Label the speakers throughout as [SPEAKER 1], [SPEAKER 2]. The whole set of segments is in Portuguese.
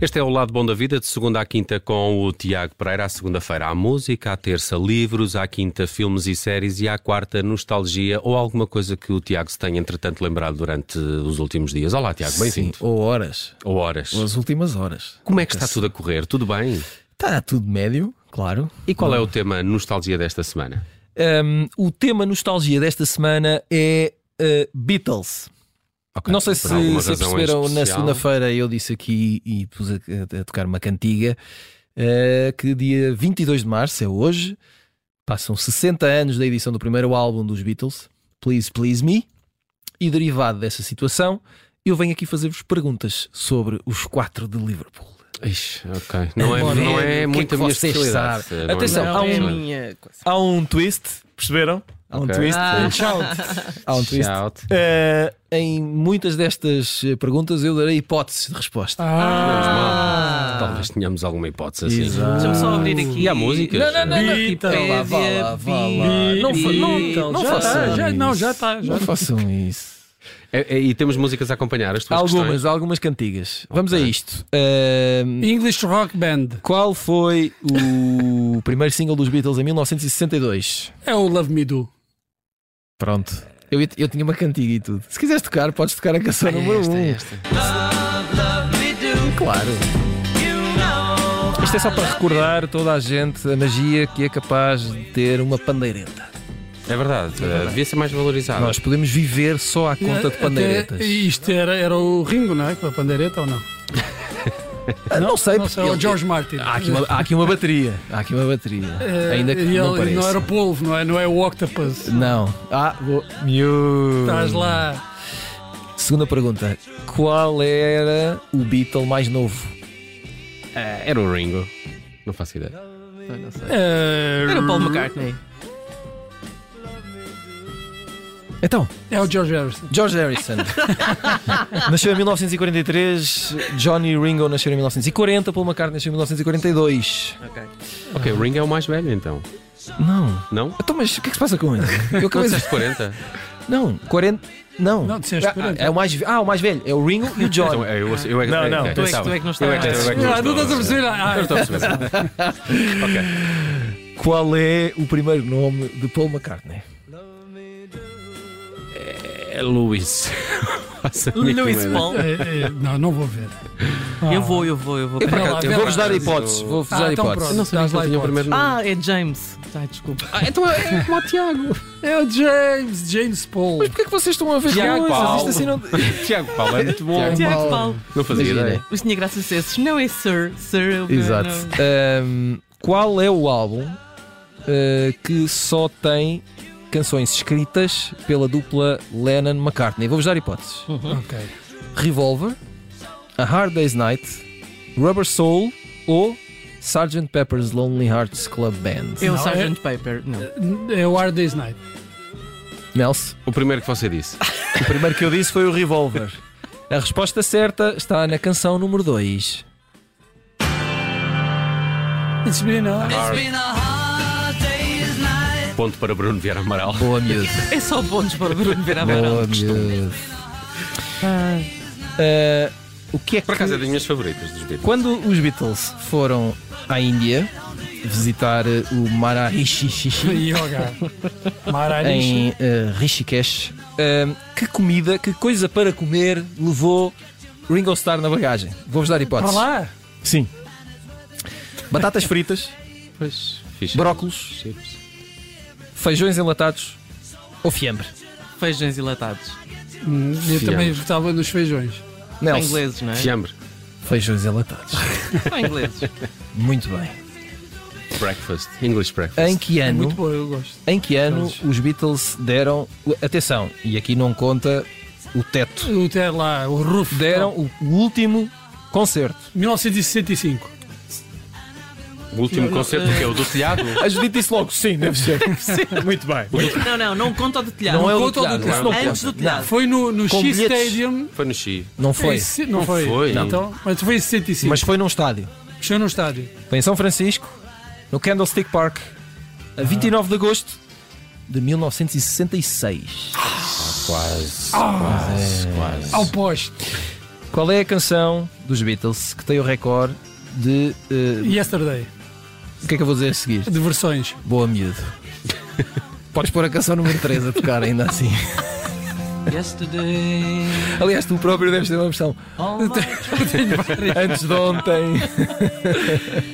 [SPEAKER 1] Este é o Lado Bom da Vida, de segunda à quinta com o Tiago Pereira. À segunda-feira há música, à terça livros, à quinta filmes e séries e à quarta nostalgia ou alguma coisa que o Tiago se tenha, entretanto, lembrado durante os últimos dias. Olá, Tiago, bem-vindo.
[SPEAKER 2] Ou horas.
[SPEAKER 1] Ou horas.
[SPEAKER 2] Ou as últimas horas.
[SPEAKER 1] Como é que está tudo a correr? Tudo bem?
[SPEAKER 2] Está Tá tudo médio, claro.
[SPEAKER 1] E qual é o tema nostalgia desta semana?
[SPEAKER 2] Hum, o tema nostalgia desta semana é uh, Beatles.
[SPEAKER 1] Ok,
[SPEAKER 2] Não sei
[SPEAKER 1] por
[SPEAKER 2] se,
[SPEAKER 1] alguma
[SPEAKER 2] se
[SPEAKER 1] razão em
[SPEAKER 2] perceberam, na
[SPEAKER 1] especial.
[SPEAKER 2] segunda-feira eu disse aqui e pus a, a tocar uma cantiga eh, que dia 22 de março, é hoje, passam 60 anos da edição do primeiro álbum dos Beatles, Please Please Me, e derivado dessa situação, eu venho aqui fazer-vos perguntas sobre os quatro de Liverpool.
[SPEAKER 1] Ixi, ok. Não é,
[SPEAKER 2] Bora
[SPEAKER 1] não
[SPEAKER 2] ver o que
[SPEAKER 1] é
[SPEAKER 2] é
[SPEAKER 1] muito
[SPEAKER 2] que
[SPEAKER 1] a minha
[SPEAKER 2] vocês
[SPEAKER 1] especialidade.
[SPEAKER 2] sabem.
[SPEAKER 1] Não é
[SPEAKER 2] Atenção,
[SPEAKER 1] muito
[SPEAKER 2] há
[SPEAKER 1] a minha
[SPEAKER 2] um-
[SPEAKER 1] especialidade.
[SPEAKER 2] Há um twist, perceberam? Há um
[SPEAKER 1] Ok.
[SPEAKER 2] twist.
[SPEAKER 1] Ah.
[SPEAKER 2] Há um twist.
[SPEAKER 1] Shout.
[SPEAKER 2] Eh, em muitas destas eh, perguntas eu darei hipóteses de resposta.
[SPEAKER 1] Ah, Talvez
[SPEAKER 2] Ah.
[SPEAKER 1] tenhamos alguma hipótese assim.
[SPEAKER 3] Deixa-me só abrir aqui.
[SPEAKER 1] E há músicas?
[SPEAKER 2] Não, não, não, não.
[SPEAKER 3] Beatles.
[SPEAKER 2] então, Vá lá, vá lá, vá lá. Não, fa- não, eh, então, não façam
[SPEAKER 3] está, então, já,
[SPEAKER 2] isso.
[SPEAKER 3] não, já está. Já. tá.
[SPEAKER 2] Não façam isso.
[SPEAKER 1] É- é- e temos músicas a acompanhar as tuas
[SPEAKER 2] Algumas,
[SPEAKER 1] questões?
[SPEAKER 2] algumas cantigas. Vamos a isto. Ahm,
[SPEAKER 3] English Rock Band
[SPEAKER 2] qual foi o primeiro single dos Beatles em 1962?
[SPEAKER 3] é o Love Me Do.
[SPEAKER 2] Pronto. Eu, eu tinha uma cantiga e tudo. Se quiseres tocar, podes tocar a canção
[SPEAKER 3] Ah, é
[SPEAKER 2] número 1. Um. Claro. Isto é só para recordar toda a gente a magia que é capaz de ter uma pandeireta.
[SPEAKER 1] É verdade, eh, devia ser mais valorizado.
[SPEAKER 2] Nós podemos viver só à conta de
[SPEAKER 3] Até-
[SPEAKER 2] pandeiretas.
[SPEAKER 3] É, Isto era, era o Ringo, não é? Com a pandeireta ou não?
[SPEAKER 2] Ah, Não, sei,
[SPEAKER 3] Não
[SPEAKER 2] porque
[SPEAKER 3] sei, é o
[SPEAKER 2] ele-
[SPEAKER 3] George Martin.
[SPEAKER 2] Há aqui, uma, há aqui uma bateria. Há aqui uma bateria.
[SPEAKER 3] Eh,
[SPEAKER 2] Ainda que
[SPEAKER 3] e
[SPEAKER 2] não
[SPEAKER 3] ele
[SPEAKER 2] pareça.
[SPEAKER 3] não era o polvo, não é? Não é o octopus.
[SPEAKER 2] Não. Ah, vou... Miúdo.
[SPEAKER 3] Estás lá.
[SPEAKER 2] Segunda pergunta. Qual era o Beatle mais novo?
[SPEAKER 1] Eh, era o Ringo. Não faço ideia.
[SPEAKER 3] Eh,
[SPEAKER 4] Era o Paul McCartney.
[SPEAKER 2] Então,
[SPEAKER 3] É o George Harrison.
[SPEAKER 2] George Harrison. nasceu em 1943. Johnny Ringo nasceu em 1940. Paul McCartney nasceu em 1942.
[SPEAKER 1] Ok, o Ringo é o mais velho então.
[SPEAKER 2] Não.
[SPEAKER 1] Não?
[SPEAKER 2] Então, mas o que é que se passa com ele? Eu
[SPEAKER 1] Não
[SPEAKER 2] acabei de...
[SPEAKER 1] disseste 40?
[SPEAKER 2] Não, 40. Não.
[SPEAKER 3] Não, disseste
[SPEAKER 2] Ah,
[SPEAKER 3] 40.
[SPEAKER 2] É o mais... ve- Ah, o mais velho. É o Ringo e o John.
[SPEAKER 1] Então, eh, eu, eu é que
[SPEAKER 2] Não,
[SPEAKER 1] eh,
[SPEAKER 2] não,
[SPEAKER 1] eh,
[SPEAKER 2] tu
[SPEAKER 4] é que-
[SPEAKER 1] sabe.
[SPEAKER 4] tu é que não
[SPEAKER 1] Eu é que-
[SPEAKER 4] estavas.
[SPEAKER 1] eu é que
[SPEAKER 3] Ah,
[SPEAKER 1] não
[SPEAKER 3] não estás a
[SPEAKER 1] estava.
[SPEAKER 3] perceber? Ah,
[SPEAKER 1] Eu não estou a perceber. Ok.
[SPEAKER 2] Qual é o primeiro nome de Paul McCartney?
[SPEAKER 1] É Luís. Faço a mínima
[SPEAKER 4] Louis
[SPEAKER 1] ideia.
[SPEAKER 4] Paul.
[SPEAKER 3] eh, eh, não, não vou ver.
[SPEAKER 4] Eu vou, eu vou, eu vou.
[SPEAKER 3] Vê lá,
[SPEAKER 2] Eu
[SPEAKER 3] vê
[SPEAKER 2] vou-vos
[SPEAKER 3] lá.
[SPEAKER 2] dar hipóteses. Vou-vos
[SPEAKER 3] Ah,
[SPEAKER 2] dar
[SPEAKER 3] então
[SPEAKER 2] hipóteses.
[SPEAKER 3] pronto.
[SPEAKER 1] Não sabia que ele tinha o primeiro nome.
[SPEAKER 4] Ah, é James. Ai, desculpa.
[SPEAKER 1] Ah, então é é como o Tiago.
[SPEAKER 3] É o James, James Paul.
[SPEAKER 2] Mas porquê é que vocês estão a ver
[SPEAKER 1] Tiago
[SPEAKER 2] coisas?
[SPEAKER 1] Paulo.
[SPEAKER 2] Isto assim não...
[SPEAKER 1] Tiago Paulo é muito bom.
[SPEAKER 4] Tiago Paulo.
[SPEAKER 1] Não fazia
[SPEAKER 2] Imagina.
[SPEAKER 1] ideia.
[SPEAKER 4] Mas tinha graças a esses. Não é Sir. Sir é o
[SPEAKER 2] Exato.
[SPEAKER 4] não.
[SPEAKER 2] Ahm, qual é o álbum ah, que só tem canções escritas pela dupla Lennon-McCartney? Vou-vos dar hipóteses.
[SPEAKER 3] Ok.
[SPEAKER 2] Revolver, A Hard Day's Night, Rubber Soul ou Sgt. Pepper's Lonely Hearts Club Band?
[SPEAKER 4] É o
[SPEAKER 3] Não, é-
[SPEAKER 4] Sgt. Paper. Não.
[SPEAKER 3] É o Hard Day's Night.
[SPEAKER 2] Nelson,
[SPEAKER 1] O primeiro que você disse.
[SPEAKER 2] o primeiro que eu disse foi o Revolver. A resposta certa está na canção número 2.
[SPEAKER 3] It's been a...
[SPEAKER 1] Ponto para Bruno Vieira Amaral.
[SPEAKER 2] Boa miúdo.
[SPEAKER 4] É só bons para o Bruno Vera Amaral.
[SPEAKER 2] Boa miúdo. Ah, o que é que...
[SPEAKER 1] Por acaso é das minhas favoritas dos Beatles.
[SPEAKER 2] Quando os Beatles foram à Índia visitar eh, o Maharishi
[SPEAKER 3] Yoga. Maravilha.
[SPEAKER 2] em eh, Rishikesh, eh, que comida, que coisa para comer levou Ringo Starr na bagagem? Vou-vos dar
[SPEAKER 3] Para
[SPEAKER 2] hipóteses.
[SPEAKER 3] lá?
[SPEAKER 2] Sim. Batatas fritas,
[SPEAKER 1] Pois, fixe.
[SPEAKER 2] brócolos,
[SPEAKER 1] Chips.
[SPEAKER 2] feijões enlatados ou fiambre.
[SPEAKER 4] Feijões dilatados.
[SPEAKER 3] Hum, Eu
[SPEAKER 1] Fiambre.
[SPEAKER 3] também estava nos feijões.
[SPEAKER 2] Nelson.
[SPEAKER 4] Ingleses, não é?
[SPEAKER 1] Fiambre.
[SPEAKER 2] Feijões enlatados.
[SPEAKER 4] Só ingleses.
[SPEAKER 2] Muito bem. É
[SPEAKER 1] Breakfast. English breakfast.
[SPEAKER 2] Em que ano?
[SPEAKER 3] É Muito bom, eu gosto.
[SPEAKER 2] Em que ano
[SPEAKER 3] Todos.
[SPEAKER 2] os Beatles deram. Atenção, e aqui não conta o teto.
[SPEAKER 3] O até lá, o Rufo.
[SPEAKER 2] Deram o último concerto.
[SPEAKER 3] 1965.
[SPEAKER 1] O último
[SPEAKER 4] Não, não,
[SPEAKER 1] concerto que é o do telhado.
[SPEAKER 2] A Judite disse logo, sim, deve ser. Muito bem.
[SPEAKER 4] Não, não, não conta o do telhado.
[SPEAKER 2] Não é o do
[SPEAKER 3] conta o
[SPEAKER 2] telhado.
[SPEAKER 3] do telhado.
[SPEAKER 2] isso não
[SPEAKER 4] Antes
[SPEAKER 2] conta.
[SPEAKER 4] do telhado.
[SPEAKER 3] Foi no, no
[SPEAKER 2] Com
[SPEAKER 3] X
[SPEAKER 2] bilhetes.
[SPEAKER 3] Stadium.
[SPEAKER 1] Foi no Chi.
[SPEAKER 2] Não Ah, foi.
[SPEAKER 3] Em se- não, foi.
[SPEAKER 1] foi.
[SPEAKER 3] Então, mas foi em 65.
[SPEAKER 2] Mas
[SPEAKER 3] Mas
[SPEAKER 2] foi num estádio.
[SPEAKER 3] foi no estádio.
[SPEAKER 2] Ah. Foi em São Francisco, no Candlestick Park, a 29 de agosto de 1966.
[SPEAKER 1] Quase, quase,
[SPEAKER 3] Ao
[SPEAKER 1] quase.
[SPEAKER 3] poste.
[SPEAKER 2] Qual é a canção dos Beatles que tem o recorde de. eh,
[SPEAKER 3] Yesterday.
[SPEAKER 2] o que é que eu vou dizer a seguir?
[SPEAKER 3] De versões.
[SPEAKER 2] Boa miúdo. Podes pôr a canção número 3 a tocar ainda assim.
[SPEAKER 4] Yesterday.
[SPEAKER 2] Aliás, tu próprio deves ter uma versão.
[SPEAKER 4] all my-
[SPEAKER 2] Antes de ontem.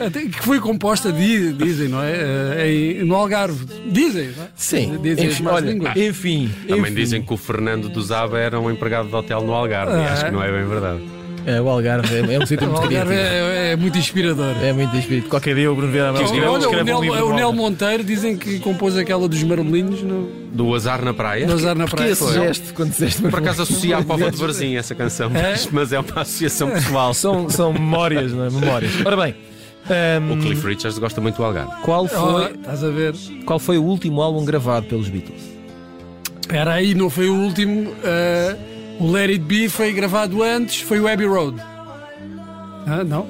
[SPEAKER 3] Até que foi composta, di- dizem, não é? Eh, em- no Algarve. Dizem, não é?
[SPEAKER 2] Sim.
[SPEAKER 3] Dizem as
[SPEAKER 2] enfim,
[SPEAKER 3] más
[SPEAKER 2] olha,
[SPEAKER 3] línguas.
[SPEAKER 2] enfim.
[SPEAKER 1] Também
[SPEAKER 2] enfim.
[SPEAKER 1] dizem que o Fernando dos Ava era um empregado de hotel no Algarve.
[SPEAKER 3] Ah.
[SPEAKER 1] Acho que não é bem verdade.
[SPEAKER 2] É, o Algarve é, é um sítio
[SPEAKER 3] O
[SPEAKER 2] muito
[SPEAKER 3] Algarve
[SPEAKER 2] criativo.
[SPEAKER 3] é, é- é muito inspirador.
[SPEAKER 2] É muito espírito. Qualquer dia o Bruno Vieira Amaral
[SPEAKER 3] Olha,
[SPEAKER 2] escreve-
[SPEAKER 3] o
[SPEAKER 2] escreve um
[SPEAKER 3] Nel,
[SPEAKER 2] livro
[SPEAKER 3] o
[SPEAKER 2] do
[SPEAKER 3] Nel
[SPEAKER 2] Algarve.
[SPEAKER 3] Monteiro dizem que compôs aquela dos marmelinhos no,
[SPEAKER 1] Do Azar na Praia.
[SPEAKER 3] no Azar na
[SPEAKER 2] Porque
[SPEAKER 3] Praia.
[SPEAKER 2] esse gesto, quando disseste
[SPEAKER 1] Por acaso associa à Póvoa de Varzim essa canção, mas, mas é uma associação pessoal.
[SPEAKER 2] são, são memórias, não é? Memórias. Ora bem,
[SPEAKER 1] O
[SPEAKER 2] ahm,
[SPEAKER 1] Cliff Richards gosta muito do Algarve.
[SPEAKER 2] qual,
[SPEAKER 3] Oh,
[SPEAKER 2] foi,
[SPEAKER 3] estás a ver?
[SPEAKER 2] qual foi o último álbum gravado pelos Beatles?
[SPEAKER 3] Espera aí, não foi o último. eh, o Let It Be foi gravado antes, foi o Abbey Road. Ah, não?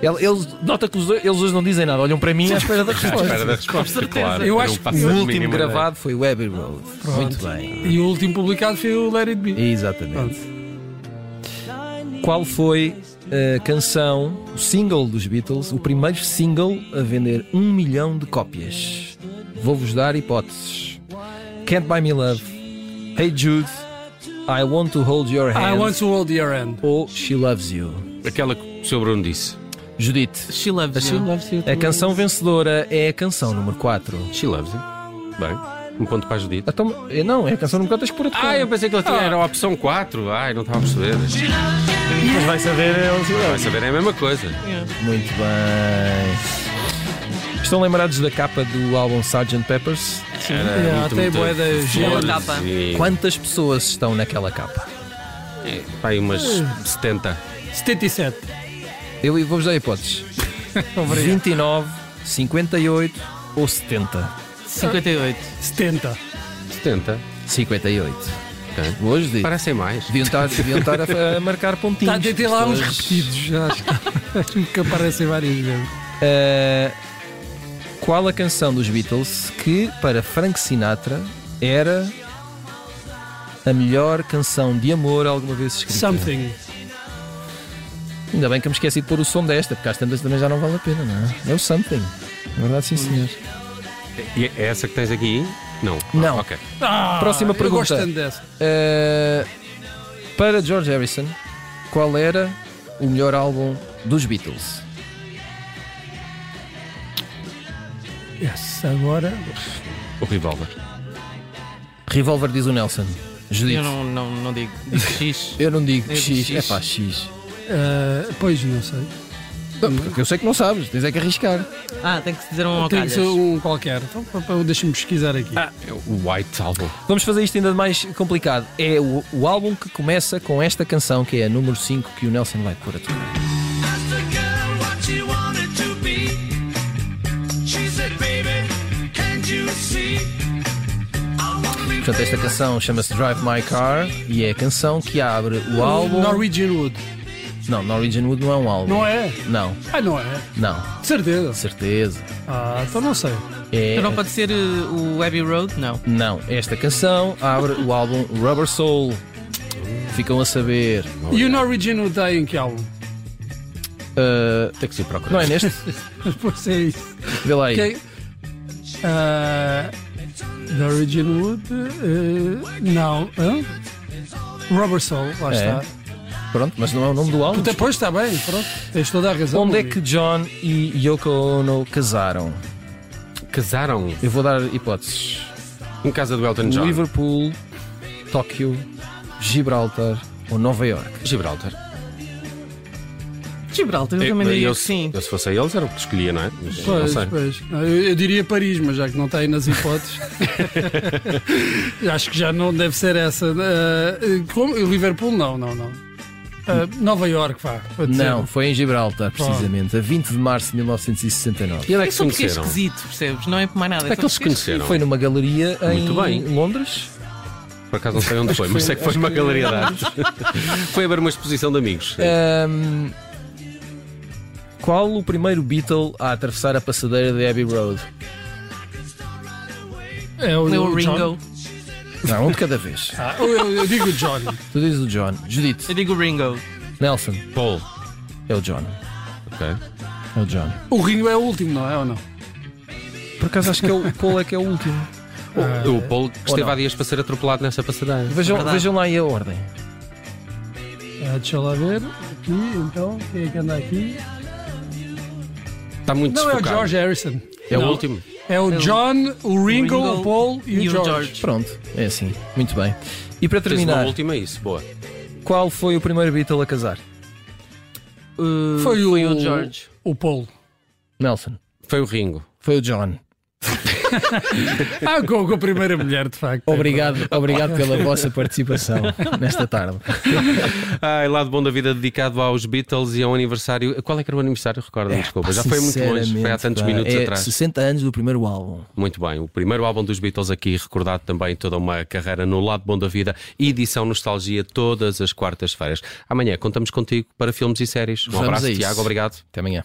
[SPEAKER 2] Ele- Eles, nota que os dois- eles hoje não dizem nada, olham para mim à espera da
[SPEAKER 1] À espera
[SPEAKER 2] resposta.
[SPEAKER 1] da resposta,
[SPEAKER 4] certeza.
[SPEAKER 1] claro. um
[SPEAKER 3] Eu
[SPEAKER 1] Não
[SPEAKER 3] acho que
[SPEAKER 1] faço
[SPEAKER 2] O
[SPEAKER 1] a
[SPEAKER 2] último
[SPEAKER 1] mínima ideia.
[SPEAKER 2] gravado foi o Abbey Road. Muito bem.
[SPEAKER 3] E o último publicado foi o Let It Be.
[SPEAKER 2] Exatamente.
[SPEAKER 3] Pronto.
[SPEAKER 2] Qual foi a canção, o single dos Beatles, o primeiro single a vender um milhão de cópias? Vou-vos dar hipóteses: Can't Buy Me Love, Hey Jude, I Want to Hold Your
[SPEAKER 3] I
[SPEAKER 2] Hand
[SPEAKER 3] want to hold your hand.
[SPEAKER 2] ou She Loves You.
[SPEAKER 1] Aquela que o Sr. Bruno disse.
[SPEAKER 2] Judite,
[SPEAKER 4] She loves you.
[SPEAKER 2] a canção vencedora é a canção número 4.
[SPEAKER 1] She loves you. Bem, um ponto para a Judite.
[SPEAKER 2] Então, eh, não, é a canção número 4 tens que pôr a tocar.
[SPEAKER 1] Ah, eu pensei que ele tinha, era a opção 4. Ai, não estava a perceber.
[SPEAKER 2] Mas vai saber, é o
[SPEAKER 1] Vai saber, é a mesma coisa.
[SPEAKER 2] Muito bem. Estão lembrados da capa do álbum Sgt. Peppers?
[SPEAKER 1] Era
[SPEAKER 3] É,
[SPEAKER 1] muito,
[SPEAKER 3] até
[SPEAKER 1] muito
[SPEAKER 3] bué da
[SPEAKER 1] flores
[SPEAKER 4] gente. Capa.
[SPEAKER 1] e-
[SPEAKER 2] Quantas pessoas estão naquela capa?
[SPEAKER 1] É, pá, aí umas
[SPEAKER 2] Ah.
[SPEAKER 1] 70.
[SPEAKER 3] 77.
[SPEAKER 2] Eu vou-vos dar hipóteses: 29, 58 ou 70?
[SPEAKER 4] 58.
[SPEAKER 3] 70.
[SPEAKER 1] 70.
[SPEAKER 2] 58.
[SPEAKER 1] Ok.
[SPEAKER 2] Hoje digo.
[SPEAKER 1] Parecem mais.
[SPEAKER 2] Deviam estar, deviam estar a, a marcar pontinhos.
[SPEAKER 3] Tá, tem lá uns
[SPEAKER 2] Pessoas-
[SPEAKER 3] repetidos, acho que- acho que aparecem várias vezes.
[SPEAKER 2] Ah, qual a canção dos Beatles que, para Frank Sinatra, era a melhor canção de amor alguma vez escrita?
[SPEAKER 3] Something.
[SPEAKER 2] Ainda bem que eu me esqueci de pôr o som desta, porque às tantas também já não vale a pena, não é? É o something. Na verdade, sim, senhor.
[SPEAKER 1] E é essa que tens aqui? Não.
[SPEAKER 2] Não.
[SPEAKER 1] Ah, ok.
[SPEAKER 3] Ah,
[SPEAKER 2] Próxima
[SPEAKER 3] Eu
[SPEAKER 2] pergunta.
[SPEAKER 3] gosto tanto dessa.
[SPEAKER 2] Eh, para George Harrison, qual era o melhor álbum dos Beatles?
[SPEAKER 3] Yes, agora.
[SPEAKER 1] O revólver.
[SPEAKER 2] Revolver diz o Nelson. Judito.
[SPEAKER 4] Eu não, não, não digo. Digo X.
[SPEAKER 2] Eu não digo
[SPEAKER 4] Eu digo
[SPEAKER 2] X. É
[SPEAKER 4] X.
[SPEAKER 2] pá, X.
[SPEAKER 3] ah, pois, não sei.
[SPEAKER 2] Não, porque eu sei que não sabes, tens é que arriscar.
[SPEAKER 4] Ah, tem que se dizer um ao
[SPEAKER 3] Tem que
[SPEAKER 4] calhas.
[SPEAKER 3] ser um qualquer. Então, pa- pa- deixa-me pesquisar aqui.
[SPEAKER 2] Ah.
[SPEAKER 1] É o White Album.
[SPEAKER 2] Vamos fazer isto ainda mais complicado. É o, o álbum que começa com esta canção, que é a número 5, que o Nelson vai pôr a tocar.
[SPEAKER 5] Asked the girl what she wanted to be. She said, baby, can't you see? I wanna be
[SPEAKER 2] Portanto, esta canção chama-se Drive My Car e é a canção que abre o álbum.
[SPEAKER 3] Norwegian Wood.
[SPEAKER 2] Não, Norwegian Wood não é um álbum.
[SPEAKER 3] Não é?
[SPEAKER 2] Não,
[SPEAKER 3] Ah, não é?
[SPEAKER 2] não,
[SPEAKER 3] De certeza.
[SPEAKER 2] de certeza.
[SPEAKER 3] Ah, então não sei.
[SPEAKER 2] É,
[SPEAKER 4] Então Não pode ser uh, o Abbey Road? Não.
[SPEAKER 2] Não, esta canção abre o álbum Rubber Soul. Ficam a saber.
[SPEAKER 3] E o Norwegian Wood está em que álbum?
[SPEAKER 2] ah,
[SPEAKER 1] Tem que se procurar.
[SPEAKER 2] não é neste?
[SPEAKER 3] Pois é isso.
[SPEAKER 2] Vê lá aí.
[SPEAKER 3] Quem? Ah, Norwegian Wood. eh, não. Hã? Rubber Soul, lá
[SPEAKER 2] É.
[SPEAKER 3] está.
[SPEAKER 2] Pronto, mas não é o nome do álbum.
[SPEAKER 3] Puta, pois está bem, pronto. Tens toda a
[SPEAKER 1] um
[SPEAKER 3] razão.
[SPEAKER 2] Onde é
[SPEAKER 3] Rui.
[SPEAKER 2] que John e Yoko Ono casaram?
[SPEAKER 1] Casaram
[SPEAKER 2] Eu vou dar hipóteses:
[SPEAKER 1] em casa do Elton John.
[SPEAKER 2] Liverpool, Tóquio, Gibraltar ou Nova York.
[SPEAKER 1] Gibraltar. É,
[SPEAKER 4] Gibraltar, eu também diria
[SPEAKER 1] eu,
[SPEAKER 4] que sim.
[SPEAKER 1] eu se fosse a eles era o que escolhia, não é? Mas não
[SPEAKER 3] Pois,
[SPEAKER 1] sei.
[SPEAKER 3] pois. Não, Eu, eu diria Paris, mas já que não está aí nas hipóteses, acho que já não deve ser essa. Ah, como? Liverpool, não, não, não. Ah, Nova York, vá. vou dizer.
[SPEAKER 2] Não, foi em Gibraltar, precisamente, a 20 de março de 1969.
[SPEAKER 1] E onde é que se
[SPEAKER 4] Isso porque é
[SPEAKER 1] conheceram?
[SPEAKER 4] esquisito, percebes? Não é por mais nada.
[SPEAKER 1] Onde é que eles
[SPEAKER 4] só
[SPEAKER 1] se
[SPEAKER 4] porque-
[SPEAKER 1] conheceram?
[SPEAKER 2] Foi numa galeria em
[SPEAKER 1] Muito bem.
[SPEAKER 2] Londres.
[SPEAKER 1] Por acaso não sei onde foi, mas sei que foi uma galeria de artes. foi haver uma exposição de amigos.
[SPEAKER 2] É. Ahm, qual o primeiro Beatle a atravessar a passadeira de Abbey Road?
[SPEAKER 3] É o,
[SPEAKER 4] Leu o
[SPEAKER 3] John.
[SPEAKER 4] Ringo.
[SPEAKER 2] Não, um de cada vez.
[SPEAKER 3] Ah, eu, eu digo o John.
[SPEAKER 2] Tu dizes o John. Judite.
[SPEAKER 4] Eu digo Ringo.
[SPEAKER 2] Nelson.
[SPEAKER 1] Paul.
[SPEAKER 2] É o John.
[SPEAKER 1] Ok.
[SPEAKER 2] É o John.
[SPEAKER 3] O Ringo é o último, não é ou não?
[SPEAKER 2] Por acaso acho que é o Paul é que é o último. Ah,
[SPEAKER 1] O- o Paul que esteve
[SPEAKER 2] não.
[SPEAKER 1] há dias para ser atropelado nessa passadeira.
[SPEAKER 2] É Vejam,
[SPEAKER 4] Verdade.
[SPEAKER 2] vejam lá aí a ordem.
[SPEAKER 3] Ah, deixa eu lá ver. Aqui, então, quem é que anda aqui?
[SPEAKER 1] Está muito
[SPEAKER 3] Não, é o
[SPEAKER 1] desfocado.
[SPEAKER 3] George Harrison.
[SPEAKER 1] É o
[SPEAKER 3] Não.
[SPEAKER 1] último.
[SPEAKER 3] É o John, o Ringo,
[SPEAKER 4] Ringo
[SPEAKER 3] o Paul e, o George.
[SPEAKER 2] Pronto, é assim. Muito bem. E para
[SPEAKER 1] Tens uma
[SPEAKER 2] terminar,
[SPEAKER 1] última, é isso. Boa.
[SPEAKER 2] qual foi o primeiro Beatle a casar?
[SPEAKER 4] Uh,
[SPEAKER 3] Foi o-
[SPEAKER 4] George.
[SPEAKER 3] O Paul.
[SPEAKER 2] Nelson.
[SPEAKER 1] Foi o Ringo.
[SPEAKER 2] Foi o John.
[SPEAKER 3] Ah, com, com a primeira mulher, de facto.
[SPEAKER 2] Obrigado, obrigado pela vossa participação nesta tarde.
[SPEAKER 1] Ai, lado bom da vida dedicado aos Beatles e ao aniversário. Qual é que era o aniversário? Recorda-me, desculpa.
[SPEAKER 2] Pá,
[SPEAKER 1] Já foi muito longe, foi há
[SPEAKER 2] sinceramente,
[SPEAKER 1] tantos
[SPEAKER 2] pá,
[SPEAKER 1] minutos
[SPEAKER 2] é
[SPEAKER 1] atrás.
[SPEAKER 2] 60 anos do primeiro álbum.
[SPEAKER 1] Muito bem, o primeiro álbum dos Beatles aqui, recordado também toda uma carreira no Lado Bom da Vida, edição Nostalgia, todas as quartas-feiras. Amanhã contamos contigo para filmes e séries. Um
[SPEAKER 2] Vamos a
[SPEAKER 1] abraço,
[SPEAKER 2] isso.
[SPEAKER 1] Tiago, obrigado.
[SPEAKER 2] Até amanhã.